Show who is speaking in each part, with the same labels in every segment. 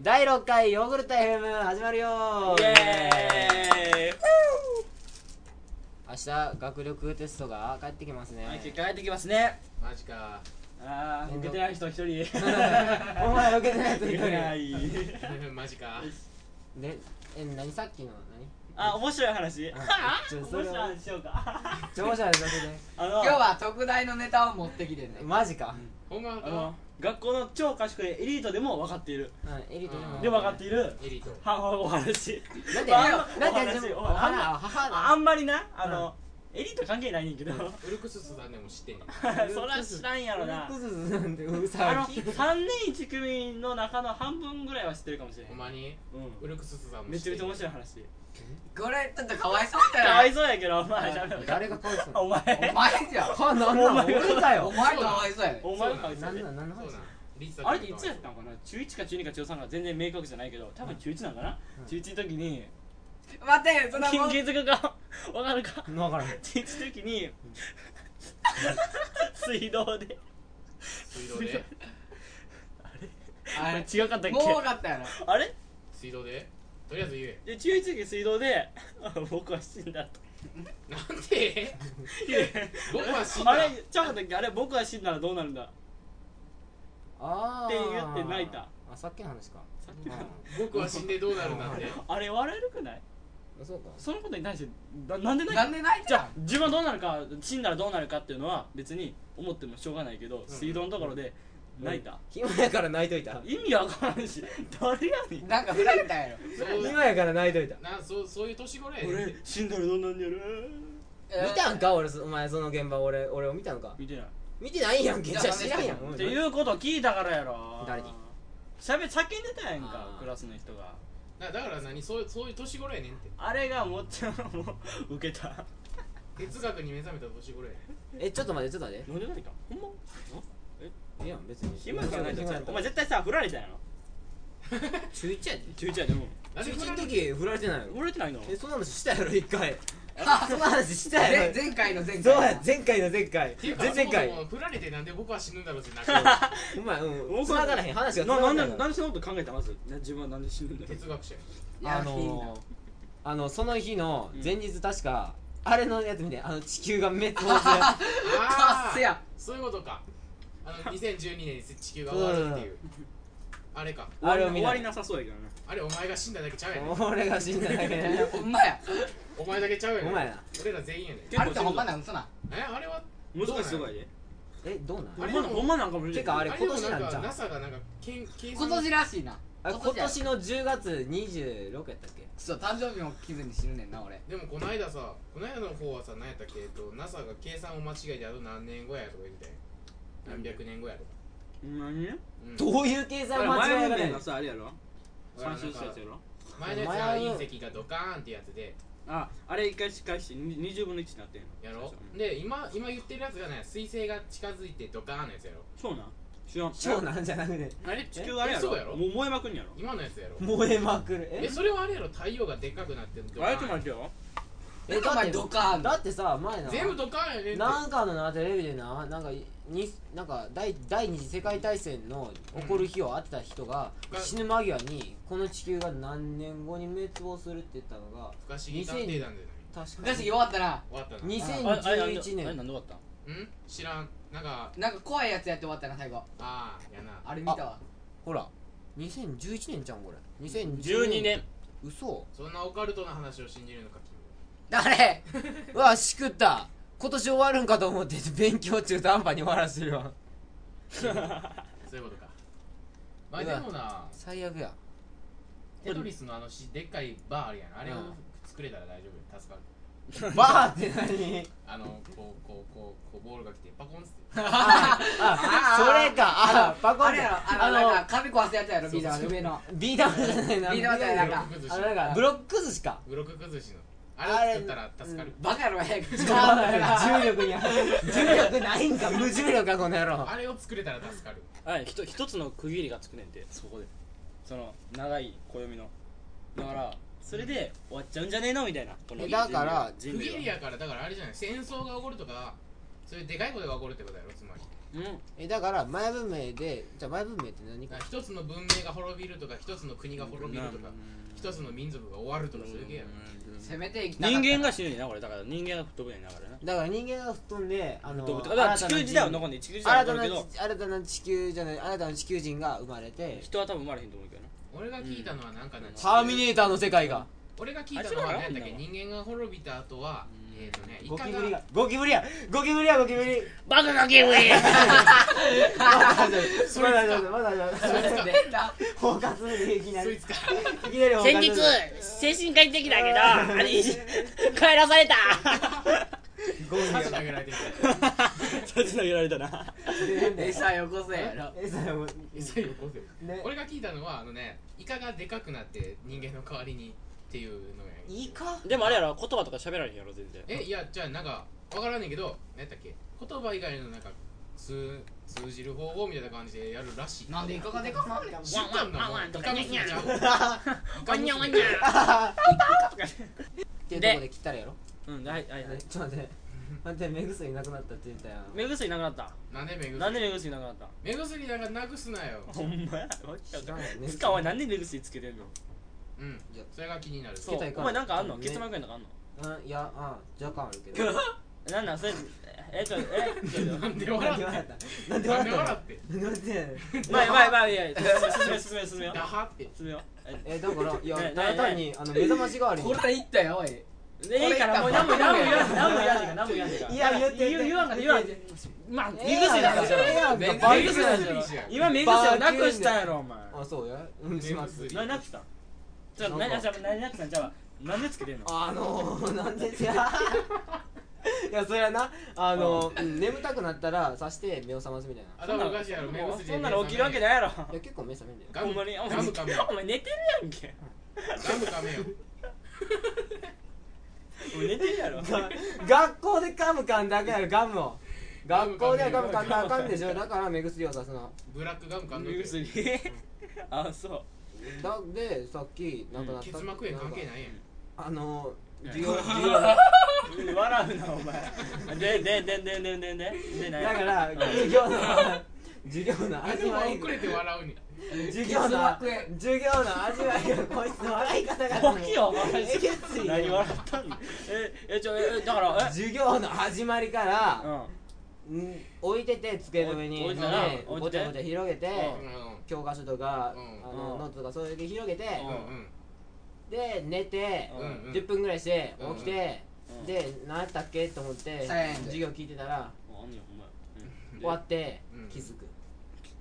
Speaker 1: 第6回ヨーグルト FM 始まるよ
Speaker 2: イエーイ
Speaker 1: 明日学力テストが帰ってきますね
Speaker 2: はい結果帰ってきますね
Speaker 3: マジか。
Speaker 2: ああ受けてない人一人
Speaker 1: お前受けてないやつ
Speaker 2: 受
Speaker 1: 一
Speaker 2: けてな
Speaker 1: 人
Speaker 2: い
Speaker 3: マジか。
Speaker 1: でえ何さっきの
Speaker 2: あ面白い話
Speaker 1: あ
Speaker 2: はあ
Speaker 1: ちょ
Speaker 2: 面
Speaker 1: そ
Speaker 2: 白
Speaker 1: れ
Speaker 2: い
Speaker 1: は
Speaker 2: 話しようか
Speaker 1: 何長者だけ
Speaker 2: あの
Speaker 4: 今日は特大のネタを持ってきてね
Speaker 1: でマジか、
Speaker 3: ほんま
Speaker 2: あ
Speaker 3: か
Speaker 2: の。学校の超賢いエリートでも分かっている
Speaker 1: うん、エリートでも
Speaker 2: で分かっている
Speaker 3: エリート。
Speaker 2: 母お話
Speaker 1: なんで、
Speaker 2: まあ
Speaker 1: なんで
Speaker 2: お話
Speaker 1: 自分
Speaker 2: お
Speaker 1: お
Speaker 2: 話
Speaker 1: 花母
Speaker 2: あ
Speaker 1: だ
Speaker 2: んまりなあのエリート関係ないねんけど
Speaker 3: ウルクススだねも知ってんねん。
Speaker 2: そら知らんやろな
Speaker 1: クズズなんてうる
Speaker 2: あの
Speaker 1: さい
Speaker 2: 3年1組の中の半分ぐらいは知ってるかもしれへ
Speaker 3: ほ
Speaker 2: ん
Speaker 3: んまに
Speaker 2: う
Speaker 3: ウルクススだ
Speaker 2: ん
Speaker 3: も
Speaker 2: め
Speaker 3: 知
Speaker 2: ち
Speaker 3: っ
Speaker 2: ゃ
Speaker 3: て
Speaker 2: め
Speaker 3: ん
Speaker 2: ち
Speaker 3: ね
Speaker 2: ゃ
Speaker 3: ん
Speaker 2: 面白い話
Speaker 4: これちょっとかわいそう
Speaker 2: かわ
Speaker 4: だ
Speaker 2: い
Speaker 4: よ
Speaker 2: そうやけどまあしゃべる
Speaker 1: 誰がこいつ
Speaker 2: お前
Speaker 4: お前じゃん
Speaker 1: はなんなん俺だ
Speaker 4: お
Speaker 1: よ
Speaker 4: 前かわいそうやで
Speaker 2: お前かわいそ
Speaker 1: な
Speaker 2: うんや
Speaker 1: なん何の話
Speaker 3: そうなん。リツ
Speaker 2: あれっていつやったんかな中1か中2か中3か全然明確じゃないけど多分中1なんかな、
Speaker 1: うん
Speaker 2: 中1の時に
Speaker 4: 待ってそんなも
Speaker 2: 金
Speaker 4: ん
Speaker 2: 月がかわかるか
Speaker 1: 分からん
Speaker 2: 中1の時に水道で
Speaker 3: 水道で
Speaker 4: あれ
Speaker 2: 違かったっけ
Speaker 4: もう分かったやろ
Speaker 2: あれ
Speaker 3: 水道でとりあえず言え。
Speaker 2: で中1の時水道で あ僕は死んだと
Speaker 3: なん で僕は死ん
Speaker 2: あ
Speaker 3: だ。
Speaker 2: れちゃうかったっけあれ僕は死んだらどうなるんだ
Speaker 1: ああ
Speaker 2: って言って泣いた
Speaker 1: あさっきの話か
Speaker 2: さっきの
Speaker 1: あ
Speaker 3: 僕は死んでどうなるなんて。
Speaker 2: あれ笑えるくない
Speaker 1: ーそうか
Speaker 2: そのことに対してななんでない
Speaker 4: なんで泣いて
Speaker 2: じ
Speaker 4: た
Speaker 2: ゃあ自分はどうなるか死んだらどうなるかっていうのは別に思ってもしょうがないけど、水道のところで泣いた、
Speaker 1: 暇やから泣いといた
Speaker 2: 意味わからんし誰やねん
Speaker 4: なんか振られたやろ
Speaker 3: そう
Speaker 1: やから泣いといた
Speaker 3: なそうそういう年頃やねん
Speaker 2: 俺
Speaker 3: て。
Speaker 2: 死んだらどうなんやろ
Speaker 1: 見たんか俺そお前その現場俺俺を見たんか
Speaker 2: みたいなっ
Speaker 1: 見てないやんけ
Speaker 4: い
Speaker 1: じ
Speaker 4: や
Speaker 1: ゃあ知らんやん
Speaker 4: そううん
Speaker 2: ていうことを聞いたからやろ
Speaker 1: 誰に
Speaker 2: しゃべ叫んでたやんか
Speaker 3: あー
Speaker 2: クラスの人が
Speaker 3: なだから何そうそういう年頃やねんって。
Speaker 2: あれがもっちゃんもう受けた
Speaker 3: 哲学に目覚めた年頃やねん。
Speaker 1: えちょっと待ってちょっと待っ
Speaker 2: なんでないかほんま
Speaker 1: ていやん別に
Speaker 2: 暇じゃないじゃ
Speaker 1: 暇や
Speaker 2: ん
Speaker 1: った
Speaker 2: お前絶対さ振られたやろ
Speaker 1: 中1やで
Speaker 2: 中1やでも
Speaker 3: なん
Speaker 1: 中
Speaker 3: で
Speaker 1: 1
Speaker 3: 振
Speaker 1: の
Speaker 3: られる
Speaker 1: 時振られてないの
Speaker 2: 振られてないの
Speaker 1: えそんな話したやろ一回あ そんな話したや
Speaker 4: ぜ
Speaker 1: ろ
Speaker 4: 前回の前
Speaker 1: そう
Speaker 4: 回
Speaker 1: や
Speaker 4: の
Speaker 1: 前回の前回
Speaker 3: ってい
Speaker 1: 前
Speaker 3: う
Speaker 1: 々
Speaker 3: かそも
Speaker 1: 回
Speaker 3: そも振られてなんで僕は死ぬんだろうってなる
Speaker 1: お前う
Speaker 2: 僕
Speaker 1: ん繋がらへん話が繋
Speaker 2: な
Speaker 1: が
Speaker 2: なん
Speaker 1: ら
Speaker 2: で
Speaker 1: へん
Speaker 2: なんでそのこと考えたまずな自分はなんで死ぬんだ ろう
Speaker 3: 哲学者や
Speaker 1: あ
Speaker 4: いやいい
Speaker 1: の
Speaker 4: な
Speaker 1: ーあのその日の
Speaker 2: うん
Speaker 1: 前日確かあれのやつ見てあの地球が滅 亡するやつ
Speaker 3: あ
Speaker 4: カス
Speaker 3: ー
Speaker 4: や
Speaker 3: そういうことかあの2012年に地球が終わるっていうあれか
Speaker 1: あれを見
Speaker 2: 終
Speaker 1: な
Speaker 2: わり
Speaker 1: い
Speaker 2: なさそうやけどな
Speaker 3: あれお前が死んだだけちゃうやねん
Speaker 1: 俺が死んだだけね
Speaker 4: ほんまや
Speaker 3: お前だけちゃうやね
Speaker 1: お
Speaker 3: ん
Speaker 1: 前な
Speaker 3: 俺ら全員やねん
Speaker 2: 結構
Speaker 4: あれってほんまなん嘘なん
Speaker 3: えあれは
Speaker 2: 難しいとこやで
Speaker 1: えどうなん
Speaker 3: あれ
Speaker 2: ほんまな
Speaker 3: でも
Speaker 2: ほんまなんかもしれん
Speaker 1: てかあれ
Speaker 3: でも
Speaker 1: 今年なん
Speaker 3: か
Speaker 1: ちゃう
Speaker 3: NASA がなんかけん計
Speaker 4: 今
Speaker 3: 算
Speaker 4: 年らしいな
Speaker 1: あれ
Speaker 4: 今年
Speaker 1: 今
Speaker 4: やろ
Speaker 1: 年の10月26やったっけ
Speaker 4: そう誕生日も来ずに死ぬねんな俺
Speaker 3: でもこの間さこの間の方はさ何やったっけ、えっと、NASA が計算を間違えてあと何年後やとか言ってたやん何百年後やとか、
Speaker 2: 何
Speaker 3: うん
Speaker 1: どういう計
Speaker 2: あ
Speaker 1: 算
Speaker 2: れ
Speaker 1: 間違
Speaker 2: 前
Speaker 1: い
Speaker 2: の
Speaker 1: が
Speaker 2: 面
Speaker 1: ね
Speaker 2: がさあれやろ
Speaker 3: だからな
Speaker 2: 参
Speaker 3: ん
Speaker 2: 集
Speaker 3: か
Speaker 2: したやつやろ
Speaker 3: 前のやつが隕石がドカーンってやつで
Speaker 2: ああれ一回し返してに20分の1になってんの
Speaker 3: やろ
Speaker 2: 最初
Speaker 3: で今今言ってるやつがね彗星が近づいてドカーンのやつやろ
Speaker 2: そうなん知らん
Speaker 1: そうなんじゃなくて
Speaker 3: あれ
Speaker 2: 地球あれや
Speaker 3: えそ
Speaker 2: ろ
Speaker 3: うやろ
Speaker 2: もう燃えまくんやろ
Speaker 3: 今のやつやろ
Speaker 1: 燃えまくる
Speaker 3: え
Speaker 1: え
Speaker 3: それはあれやろ太陽がでっかくなってる
Speaker 2: あれちょっと待ってよ
Speaker 1: えだ
Speaker 4: お
Speaker 1: っ
Speaker 4: 前
Speaker 1: て
Speaker 4: ドカーン
Speaker 1: だってさ前な
Speaker 3: 全部ドカーンやねんって
Speaker 1: なんかのなテレビでななんかになんか第第二次世界大戦の起こる日を当てた人が、
Speaker 3: うん
Speaker 1: 死ぬ間際にこの地球が何年後に滅亡するって言ったのが
Speaker 3: 不可思議探偵団じ
Speaker 1: 確か
Speaker 4: 昔
Speaker 1: に
Speaker 4: 終わったら
Speaker 3: ゃない終わったな
Speaker 2: ああれ
Speaker 1: 2011
Speaker 2: あれあれ
Speaker 1: 年
Speaker 2: なんで終わったん
Speaker 3: うん知らんなんか
Speaker 4: なんか怖いやつやって終わったな最後
Speaker 3: ああやな
Speaker 4: あれ見たわ
Speaker 1: ほら2011年じゃんこれ2012
Speaker 2: 12年
Speaker 1: 嘘
Speaker 3: そんなオカルトな話を信じるのか君
Speaker 1: 誰うわしくった今年終わるんかと思って勉強中途半端に終わらせるわ
Speaker 3: そういうことかまあでもな
Speaker 1: 最悪 や
Speaker 3: テトリスのあのしでっかいバーあるやんあれを
Speaker 1: うん
Speaker 3: 作れたら大丈夫よ助かる
Speaker 1: バーって何
Speaker 3: あのこうこうこうこうボールが来てパコンっつって
Speaker 1: あそれかあパコン
Speaker 4: あれやろあのなんか壁壊すやつやろビー玉の上の
Speaker 1: ビー玉じゃないな
Speaker 4: ビー玉じゃないなんか
Speaker 3: ブロック
Speaker 1: あ
Speaker 3: 崩し
Speaker 1: れ
Speaker 3: の
Speaker 1: だからブロック寿司か
Speaker 3: ブロック崩しのあれ作ったら助かる
Speaker 4: バカやろ早く
Speaker 1: 重力に重力ないんか無重力かこの野郎
Speaker 3: あれを作れたら助かる
Speaker 2: あれひと一つの区切りがつくねんてそこでその長い暦のだからそれで終わっちゃうんじゃねえのみたいなこの
Speaker 1: えだから
Speaker 2: 人
Speaker 3: 不
Speaker 2: 類は
Speaker 3: 義理やからだからあれじゃない戦争が起こるとかそういうでかいことが起こるってことやろつまり
Speaker 2: うん
Speaker 1: えだから前文明でじゃあ前文明って何か
Speaker 3: だから一つの文明が滅びるとか一つの国が滅びるとか一つの民族が終わるとかそういう系やろ
Speaker 4: せめて生きたかった
Speaker 2: 人間が死ぬんやなこれだから人間が吹っ飛ぶんやなだからな
Speaker 1: だから人間が吹っ飛んであの
Speaker 2: 動物だから地球時代は
Speaker 1: 新たな
Speaker 2: 残んで地球時
Speaker 1: 人
Speaker 2: 代は
Speaker 1: 新た
Speaker 2: 残る
Speaker 1: な
Speaker 2: けど
Speaker 1: 新たな地球じゃない新たな地球人が生まれて
Speaker 2: 人は多分生まれへんと思うけ どな
Speaker 3: 俺が聞いたのはなんかね、
Speaker 2: うん
Speaker 3: 地球
Speaker 1: ターミネーターの世界が
Speaker 3: 俺が聞いたのは何だっ
Speaker 2: あ
Speaker 3: け
Speaker 2: いつら
Speaker 3: 人間が滅びた後は
Speaker 2: うん
Speaker 3: えっ、ー、とねイ
Speaker 1: ゴ
Speaker 3: カ
Speaker 1: キブリ
Speaker 3: が
Speaker 1: がゴキブリやゴキブリやゴキブリ
Speaker 2: バカがゲーム
Speaker 1: まだ大丈夫まだ大丈夫
Speaker 4: 出た
Speaker 1: 包括でいきな
Speaker 3: そ
Speaker 1: り
Speaker 3: い
Speaker 1: い
Speaker 3: つか
Speaker 1: きなり包括
Speaker 2: 先日精神科行ってきたけどあれ帰らされた
Speaker 1: ゴミ
Speaker 3: 差し
Speaker 1: が
Speaker 3: 上げられてる
Speaker 2: そっち投げられたな
Speaker 4: 餌よこせやろ
Speaker 1: えそれも
Speaker 3: 餌よこせ
Speaker 1: ね
Speaker 3: 俺が聞いたのはあのねイカがでかくなって人間の代わりにっていうのや
Speaker 1: いいか
Speaker 2: でもあれやろ言葉とか喋られへんやろ全然
Speaker 3: えいやじゃあなんかわからんねんけど何やったっけ言葉以外のなんか通通じる方法みたいな感じでやるらしい
Speaker 4: なんでイカがでかくなんねん
Speaker 3: 知ったんだ
Speaker 2: ワンワンワンワンと
Speaker 3: イ
Speaker 2: か
Speaker 3: カ
Speaker 2: ニ
Speaker 3: 娘
Speaker 2: ャンニャン
Speaker 3: ちゃうイ
Speaker 2: ワ
Speaker 3: カ
Speaker 2: ンニャンワン
Speaker 3: 娘
Speaker 2: ニャン
Speaker 1: っていうとこで切ったらやろ
Speaker 2: うんはいはいはい
Speaker 1: ちょっと待って待って目薬なくなったって言ったやん
Speaker 2: 目薬なくなった
Speaker 3: なんで目
Speaker 2: なんで
Speaker 3: 薬
Speaker 2: 目薬なくなった
Speaker 3: 目薬なんかなくすなよ
Speaker 2: ほんまや
Speaker 1: 知らんよね
Speaker 2: つかお前なんで目薬つけてんの
Speaker 3: うん
Speaker 1: いや
Speaker 3: それが気になる
Speaker 2: そう
Speaker 1: つけたらいかん
Speaker 2: お前なんかあんの
Speaker 1: ね
Speaker 2: 結膜炎とかあんの
Speaker 1: うんいやうん若干あるけど
Speaker 2: なんなんそれえちょ えちょ
Speaker 3: なんで
Speaker 1: な
Speaker 3: 笑
Speaker 1: んで
Speaker 3: っ
Speaker 1: 笑
Speaker 3: て
Speaker 1: ったなんで
Speaker 3: なんで
Speaker 1: 笑
Speaker 3: 笑
Speaker 1: っ
Speaker 3: って
Speaker 1: たなんでやねん
Speaker 2: 前前前いやいや進め進め進めよ
Speaker 3: ダハって
Speaker 2: 進めよ
Speaker 1: えだからいや
Speaker 2: ね
Speaker 1: ただ単にあの目覚まし代わりに
Speaker 4: これいったよおい
Speaker 2: ええからもう何も何も言わん何も言わんか何も言わんか
Speaker 1: いや言って
Speaker 2: 言う言わんか言わんかまあ目
Speaker 1: ええやん
Speaker 2: 薬だから
Speaker 1: ええやんか
Speaker 2: 目薬だから今目薬をなくしたやろお前
Speaker 1: あそうやうんします
Speaker 3: 目薬
Speaker 2: 何なくしたんちょ何なくした何なくしたんじゃあなんでつけてんの
Speaker 1: あのー、なんでじゃあいやそれはなあのー、うん眠たくなったらさして目を覚ますみたいな
Speaker 3: あだからおかしいやろ目薬
Speaker 2: そんなの起きるわけないやろ
Speaker 1: いや結構目覚めるんだよ
Speaker 3: ガ
Speaker 2: ほ
Speaker 3: ム
Speaker 2: んまにお前
Speaker 3: ガム噛めよ
Speaker 2: お前寝てるやんけ
Speaker 3: ガム噛めよ
Speaker 2: お前寝てるやろ
Speaker 1: 学校でガム噛んだけやろガムを学校ではガム噛んだらあかんでしょだから目薬をさすの
Speaker 3: ブラックガム噛んで
Speaker 2: 目薬あそう
Speaker 1: だでさっきなくなった
Speaker 3: 結膜炎関係
Speaker 1: い
Speaker 3: ないやん
Speaker 1: あのー、
Speaker 2: ね
Speaker 1: 需要需要だ
Speaker 2: 笑うなお前ででででででででな
Speaker 1: だか
Speaker 2: い
Speaker 1: ら授業の授業の
Speaker 3: あで
Speaker 1: 味
Speaker 3: も
Speaker 1: わい
Speaker 3: 遅れて笑うに
Speaker 1: 授業の
Speaker 4: 結膜炎
Speaker 1: 授業の味わいがこいつの笑い方が
Speaker 2: 起きよお前
Speaker 1: えげついよ
Speaker 2: 何笑ったんのええちょえだからえ
Speaker 1: 授業の始まりから
Speaker 2: う、ん
Speaker 1: ん置いてて机の上に
Speaker 2: 置い
Speaker 1: ね
Speaker 2: てたな置いてて
Speaker 1: ごちゃごちゃ広げて、
Speaker 2: う
Speaker 1: 教科書とか、
Speaker 3: うん
Speaker 1: あの
Speaker 2: うん
Speaker 1: ノートとかそういうの広げて、
Speaker 3: うん
Speaker 1: で寝て、
Speaker 3: うんうんうん
Speaker 1: 10分ぐらいして
Speaker 3: うん
Speaker 1: 起きて、
Speaker 2: うん
Speaker 1: で何やったっけと思って、
Speaker 4: さやねん
Speaker 1: 授業聞いてたら
Speaker 2: あんねんほんまやうん
Speaker 1: 終わって、
Speaker 3: うん
Speaker 1: 気づく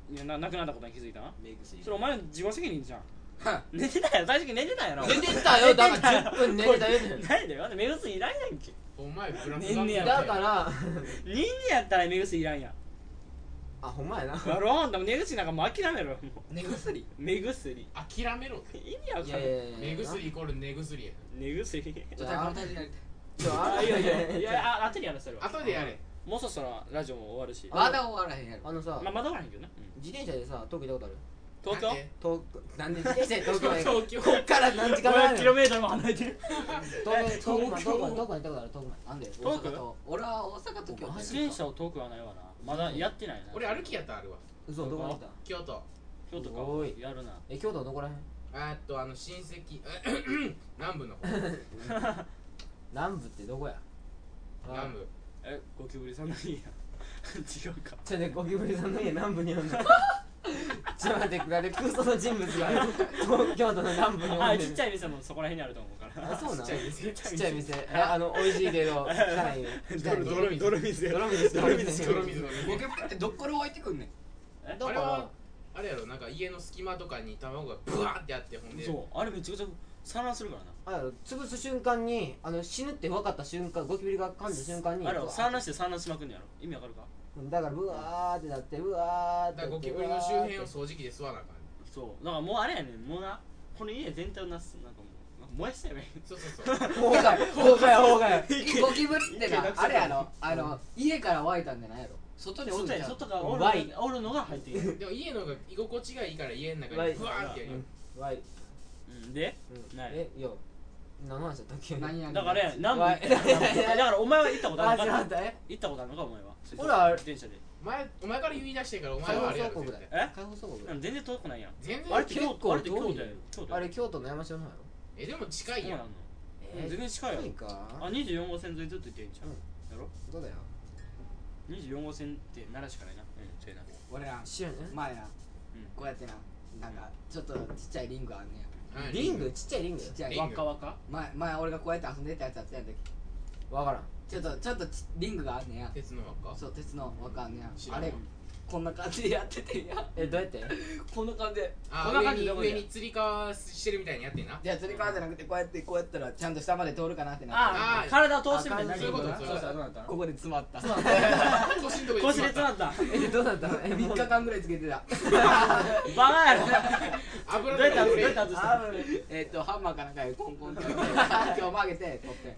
Speaker 2: いやななくなったことに気づいたな
Speaker 1: 目薬
Speaker 2: それお前の自己責任じゃん寝てたよ最初に寝てたんやろ
Speaker 1: 寝てたよだから10分寝てたよ
Speaker 2: 何だよだって目薬いらんやんけ
Speaker 3: お前ブラック
Speaker 2: ねんねや
Speaker 1: だから
Speaker 2: 人間やったら目薬いらんや
Speaker 1: あほんまやな
Speaker 2: やろでも目薬なんかもう諦めろも
Speaker 4: 寝薬
Speaker 2: う目薬
Speaker 3: 諦めろって
Speaker 2: 意味わ
Speaker 1: いや
Speaker 2: か
Speaker 1: い
Speaker 2: んな
Speaker 1: や
Speaker 2: い
Speaker 1: いや
Speaker 3: 目薬イコール寝薬や
Speaker 2: 目薬
Speaker 4: ちょっと反対になりたい
Speaker 1: ちょ
Speaker 2: あ
Speaker 1: あ
Speaker 2: い
Speaker 1: いや
Speaker 2: やい
Speaker 1: い
Speaker 2: や
Speaker 1: や
Speaker 2: い
Speaker 1: い
Speaker 2: や
Speaker 1: や
Speaker 2: あ後でやらせるわ
Speaker 3: 後でやれ
Speaker 2: もうそろそろラジオも終わるし
Speaker 4: まだ終わらへんやろ
Speaker 1: あのさ、
Speaker 2: まあまだ終わらへんけどな
Speaker 1: 自転車でさ東京行ったことある
Speaker 2: 東京
Speaker 1: 東なんで自転車で東京へ
Speaker 3: 東京
Speaker 1: こっから何時間ぐらいあるの
Speaker 2: 500km も離れてる
Speaker 1: 東京
Speaker 3: 東
Speaker 1: 東
Speaker 3: 京
Speaker 1: 京まで東京まで東京まで東京まで
Speaker 4: なんで
Speaker 2: 遠
Speaker 4: 大
Speaker 2: く
Speaker 4: 阪と俺は大阪と京都
Speaker 2: 自転車を遠くはないわなまだやってないな
Speaker 3: 俺歩きやったあるわ
Speaker 1: 嘘どこまで来た
Speaker 3: 京都
Speaker 2: 京都か
Speaker 1: おい
Speaker 2: やるな
Speaker 1: え京都どこらへん
Speaker 3: えっとあの親戚 南部の方
Speaker 1: 南部ってどこや
Speaker 3: 南
Speaker 1: 部
Speaker 3: 部
Speaker 2: えゴキブリさんの家や違うか
Speaker 1: ちょっとゴキブリさんの家南部に あんのちょっと待ってあれ空想の人物が 東京都の南部にお
Speaker 2: あ
Speaker 1: んね
Speaker 2: ちっ
Speaker 1: ん
Speaker 2: ちゃい店もそこら辺にあると思うから
Speaker 1: あそうな
Speaker 3: ち
Speaker 1: の
Speaker 3: っちゃい店
Speaker 1: ちっちゃい店えあの美味しいけど汚いよ汚いよ
Speaker 3: 泥水泥
Speaker 2: 水
Speaker 1: 泥水泥水
Speaker 3: 泥水の
Speaker 4: ボケボケってどっから湧いてくんねん
Speaker 2: え
Speaker 1: だ
Speaker 3: あ
Speaker 1: か
Speaker 3: れは
Speaker 1: ら
Speaker 3: あれやろなんか家の隙間とかに卵がブワーってあってほんで
Speaker 2: そうあれめちゃくちゃ散乱するからな
Speaker 1: あれやろ潰す瞬間にあの死ぬって分かった瞬間ゴキブリが噛んだ瞬間に
Speaker 2: あれは
Speaker 1: ブワー
Speaker 2: 散乱して散乱しまくんのやろ意味わかるか
Speaker 1: だからブワーってなってブワーって
Speaker 3: だからゴキブリの周辺を掃除機で吸わなあかん
Speaker 2: そうだからもうあれやねんもうなこの家全体をなすなんかもうなんか燃やしてやばいい
Speaker 3: そうそうそう
Speaker 1: 崩壊崩壊崩壊
Speaker 4: ゴキブリって
Speaker 2: 一回な
Speaker 4: な
Speaker 2: くせ
Speaker 4: あれやろあの家から湧いたんじゃないやろ外におった
Speaker 2: 外
Speaker 4: んち
Speaker 2: に
Speaker 4: ゃう
Speaker 2: 外からおる
Speaker 1: ワイ
Speaker 2: おるのが入ってい る
Speaker 3: でも家の方が居心地がいいから家の中にブワーってやるよ
Speaker 1: わい、
Speaker 2: うんで
Speaker 1: うん、
Speaker 2: ない
Speaker 1: えいや何の話だったっけ
Speaker 4: 何やねん
Speaker 2: だからね南部行ったよだからお前は行ったことあ
Speaker 1: あ
Speaker 2: るの
Speaker 1: 違
Speaker 2: か
Speaker 1: ったえ
Speaker 2: 行ったことあるのかお前は
Speaker 1: 俺は
Speaker 2: 自転車で
Speaker 3: 前前お前から言い出してからお前はあれやろ
Speaker 1: 解放
Speaker 3: 絶
Speaker 1: 総国だ
Speaker 3: 対
Speaker 1: よ
Speaker 2: え
Speaker 1: 解放総国だ
Speaker 2: な
Speaker 1: よ
Speaker 2: ん全然遠くないやん
Speaker 3: 全然
Speaker 2: あれって京
Speaker 1: 結
Speaker 2: 都
Speaker 1: 構
Speaker 2: あれって京都
Speaker 1: 遠い
Speaker 2: や
Speaker 1: よ
Speaker 2: ん京都
Speaker 1: あ
Speaker 2: やん
Speaker 1: れ京都の山城の方やろ
Speaker 3: えでも近
Speaker 2: そう
Speaker 3: い
Speaker 2: な
Speaker 3: や
Speaker 2: ん
Speaker 3: ん
Speaker 2: の
Speaker 1: えー
Speaker 2: 全然近いやん
Speaker 1: 近いか
Speaker 2: あ24号線沿いずっと行ってんじゃん、
Speaker 1: うん
Speaker 2: やろ
Speaker 1: どうだよ
Speaker 2: 24号線って奈良しかないなうんそうやな
Speaker 4: 俺ら
Speaker 1: 知らんえ
Speaker 4: 前なこうやってななんかちょっとちっちゃいリングあんね
Speaker 3: はい
Speaker 1: リングちっちゃいリング
Speaker 4: やちっちゃい
Speaker 3: リング
Speaker 2: 若々
Speaker 4: 前前俺がこうやって遊んでたやつやってたんだ
Speaker 1: わからん
Speaker 4: けどちょっとちょっとちリングがあんねや
Speaker 3: 鉄の輪っか
Speaker 4: そう鉄のわかんね
Speaker 3: 知
Speaker 4: や
Speaker 3: ら
Speaker 4: あ
Speaker 3: ん
Speaker 4: れこんな感じでやっててんや
Speaker 1: えどうやって
Speaker 4: こんな感じで
Speaker 2: こ
Speaker 3: あ
Speaker 2: んな
Speaker 3: 上
Speaker 2: 感じ
Speaker 3: に
Speaker 2: でどこに
Speaker 3: 上に釣り革してるみたいにやってん な
Speaker 4: じゃあ釣り革じゃなくてこうやってこうやったらちゃんと下まで通るかなってなって
Speaker 2: あ
Speaker 3: あ
Speaker 2: あ
Speaker 3: ー
Speaker 2: 体を通してみたいな
Speaker 1: あ
Speaker 3: そういうこと
Speaker 2: 何
Speaker 3: そういうこ
Speaker 2: そう
Speaker 3: と
Speaker 2: そうどうなったの
Speaker 4: ここで詰まった
Speaker 3: 腰のとこ
Speaker 2: 腰で
Speaker 3: 詰
Speaker 2: 詰
Speaker 3: ま
Speaker 2: ま
Speaker 3: っ
Speaker 2: った
Speaker 1: えどうだったのえ
Speaker 4: 3日間ぐらいつけてた
Speaker 2: バカやろ
Speaker 3: た油
Speaker 2: どうやった
Speaker 3: の
Speaker 2: んどう
Speaker 3: とこで
Speaker 2: やったんした
Speaker 4: えっとハンマーかなんかでコンコンってやって今日曲げて取って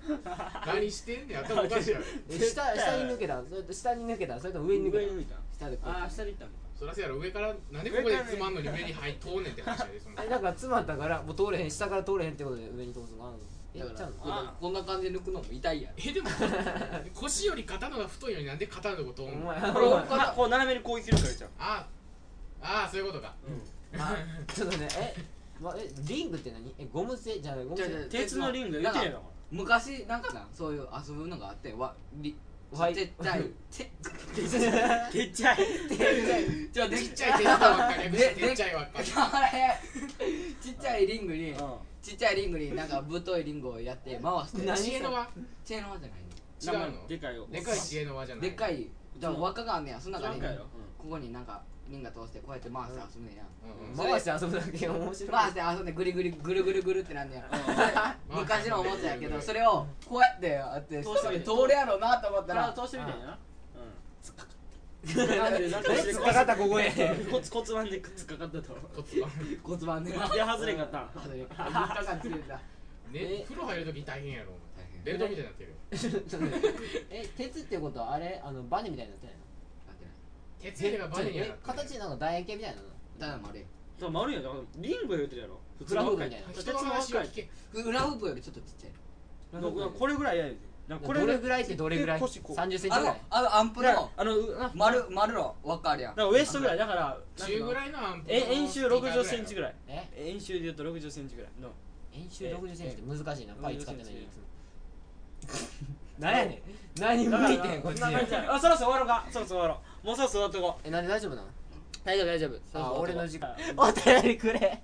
Speaker 3: 何してんねん頭おかしいやろ
Speaker 1: え下下に抜けたそれと下に抜けたそれとも上に抜け
Speaker 2: 上
Speaker 1: た
Speaker 2: に抜いた
Speaker 4: 下でこう
Speaker 2: ああ下に行ったのか
Speaker 3: そらせやろ上からなんでここでつまんのに上に入っとうねんって話やでその
Speaker 1: あれなんか詰まったからもう通れへん下から通れへんってことで上に通すのあんのえ
Speaker 4: だか
Speaker 1: ちゃ
Speaker 4: ら
Speaker 1: うの
Speaker 4: このこんな感じで抜くのも痛いやろ
Speaker 3: えでも腰より肩のが太いのになんで肩のとこ通
Speaker 1: お
Speaker 3: んの
Speaker 1: 前
Speaker 2: こ
Speaker 1: お
Speaker 2: れ
Speaker 1: 前
Speaker 2: をなこう斜めに攻撃するからじゃん
Speaker 3: あああそういうことか
Speaker 1: あちょっとねえ,、ま、えリングって何えゴム製じゃないゴム製
Speaker 4: じゃあじゃあ
Speaker 2: 鉄のリング言ってんやろ
Speaker 4: 昔なんかなそういう遊ぶのがあってわりち
Speaker 1: はい
Speaker 4: っちゃいちっ
Speaker 2: けっちゃい
Speaker 4: ちゃい
Speaker 3: ちっちゃい手下輪っか 略して
Speaker 4: で
Speaker 3: ちっちゃい輪っか
Speaker 4: ちっちゃいリングに
Speaker 2: う
Speaker 4: ちっちゃいリングになんかぶといリングをやって回して
Speaker 1: 何
Speaker 3: 知恵の輪
Speaker 4: 知恵の輪じゃない
Speaker 2: ん
Speaker 3: 違
Speaker 4: の
Speaker 3: うの
Speaker 2: でかいよ
Speaker 3: でかい知恵の輪じゃない
Speaker 4: でっかいだから輪っかがあんねやそ
Speaker 2: な
Speaker 4: の中
Speaker 2: ん
Speaker 4: に
Speaker 2: かやろ
Speaker 4: ここになんかリング通してこうやって回して遊ぶねや
Speaker 3: うんうん
Speaker 1: 回して遊ぶだけ面白い、
Speaker 4: 回して遊んでぐりぐりぐるぐるぐるってなんねや
Speaker 3: うん
Speaker 4: 昔のおもちゃやけどそれをこうやってやって
Speaker 2: 通してみて
Speaker 4: 通るやろうなと思った
Speaker 2: 体
Speaker 4: ら
Speaker 2: を通してみたいな
Speaker 1: なんでなんで突っかかったここへ
Speaker 2: うんコツコツなんでくっつかかったと
Speaker 3: こっちは
Speaker 4: 骨盤で
Speaker 2: で外れんかったん
Speaker 4: 3日間釣れた
Speaker 3: ね
Speaker 1: え
Speaker 3: 風呂入るとき大変やろお前
Speaker 4: 大 変
Speaker 3: ベルトみたいになってるよ
Speaker 1: ちょっとねえ鉄ってことはあれあのバネみたいになってないの
Speaker 3: 鉄入れがバネにはな
Speaker 1: え
Speaker 3: ってる
Speaker 1: 形なんか楕円形みたいなの
Speaker 4: ただ丸い
Speaker 2: そう丸いやんだからリング言ってるやろ
Speaker 1: フラフープみたいな
Speaker 2: 鉄
Speaker 3: 人の
Speaker 2: の
Speaker 3: 話
Speaker 2: 若
Speaker 3: を
Speaker 2: い
Speaker 3: 聞け
Speaker 4: 裏フープよりちょっとちっちゃい
Speaker 2: これぐらいやでなんか
Speaker 1: これどれぐらいって
Speaker 2: で
Speaker 1: どれぐらい
Speaker 2: 腰こう
Speaker 1: 30センチ
Speaker 4: あ
Speaker 1: ぐら
Speaker 4: の
Speaker 1: い
Speaker 4: あのアンプの
Speaker 2: あのうな
Speaker 4: 丸丸の輪っかあるやん
Speaker 2: だからウエストぐらいだから
Speaker 3: 中ぐらいのアンプ
Speaker 2: え円周60センチぐ
Speaker 3: らい
Speaker 2: らい
Speaker 1: え
Speaker 2: 円周で言うと60センチぐらいの
Speaker 1: 円周
Speaker 2: え
Speaker 1: 60センチって難しいな
Speaker 2: え
Speaker 1: パイ使ってないやつ何やねん何
Speaker 2: だから
Speaker 1: 向いてんこっち
Speaker 2: こんな感じだよあそろそろ終わろうかそろそろ終わろうもうそろそろ終わっとこ
Speaker 1: えなんで大丈夫なの
Speaker 2: う大丈夫大丈夫そろそ
Speaker 1: あ
Speaker 2: ろ
Speaker 1: 俺
Speaker 2: 終わ
Speaker 1: の
Speaker 2: っと
Speaker 1: 時
Speaker 2: こ
Speaker 1: 間
Speaker 2: う
Speaker 1: お便りくれ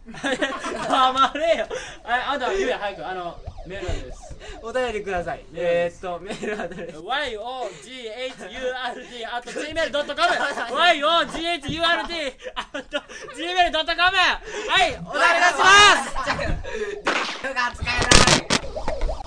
Speaker 2: あ 黙れよああとは言うや早くあのメールなんです
Speaker 1: お便りくださいえーっとメールアドレス
Speaker 2: yoghurt at gmail.com yoghurt at gmail.com はいお願いいたします
Speaker 4: 手が使えない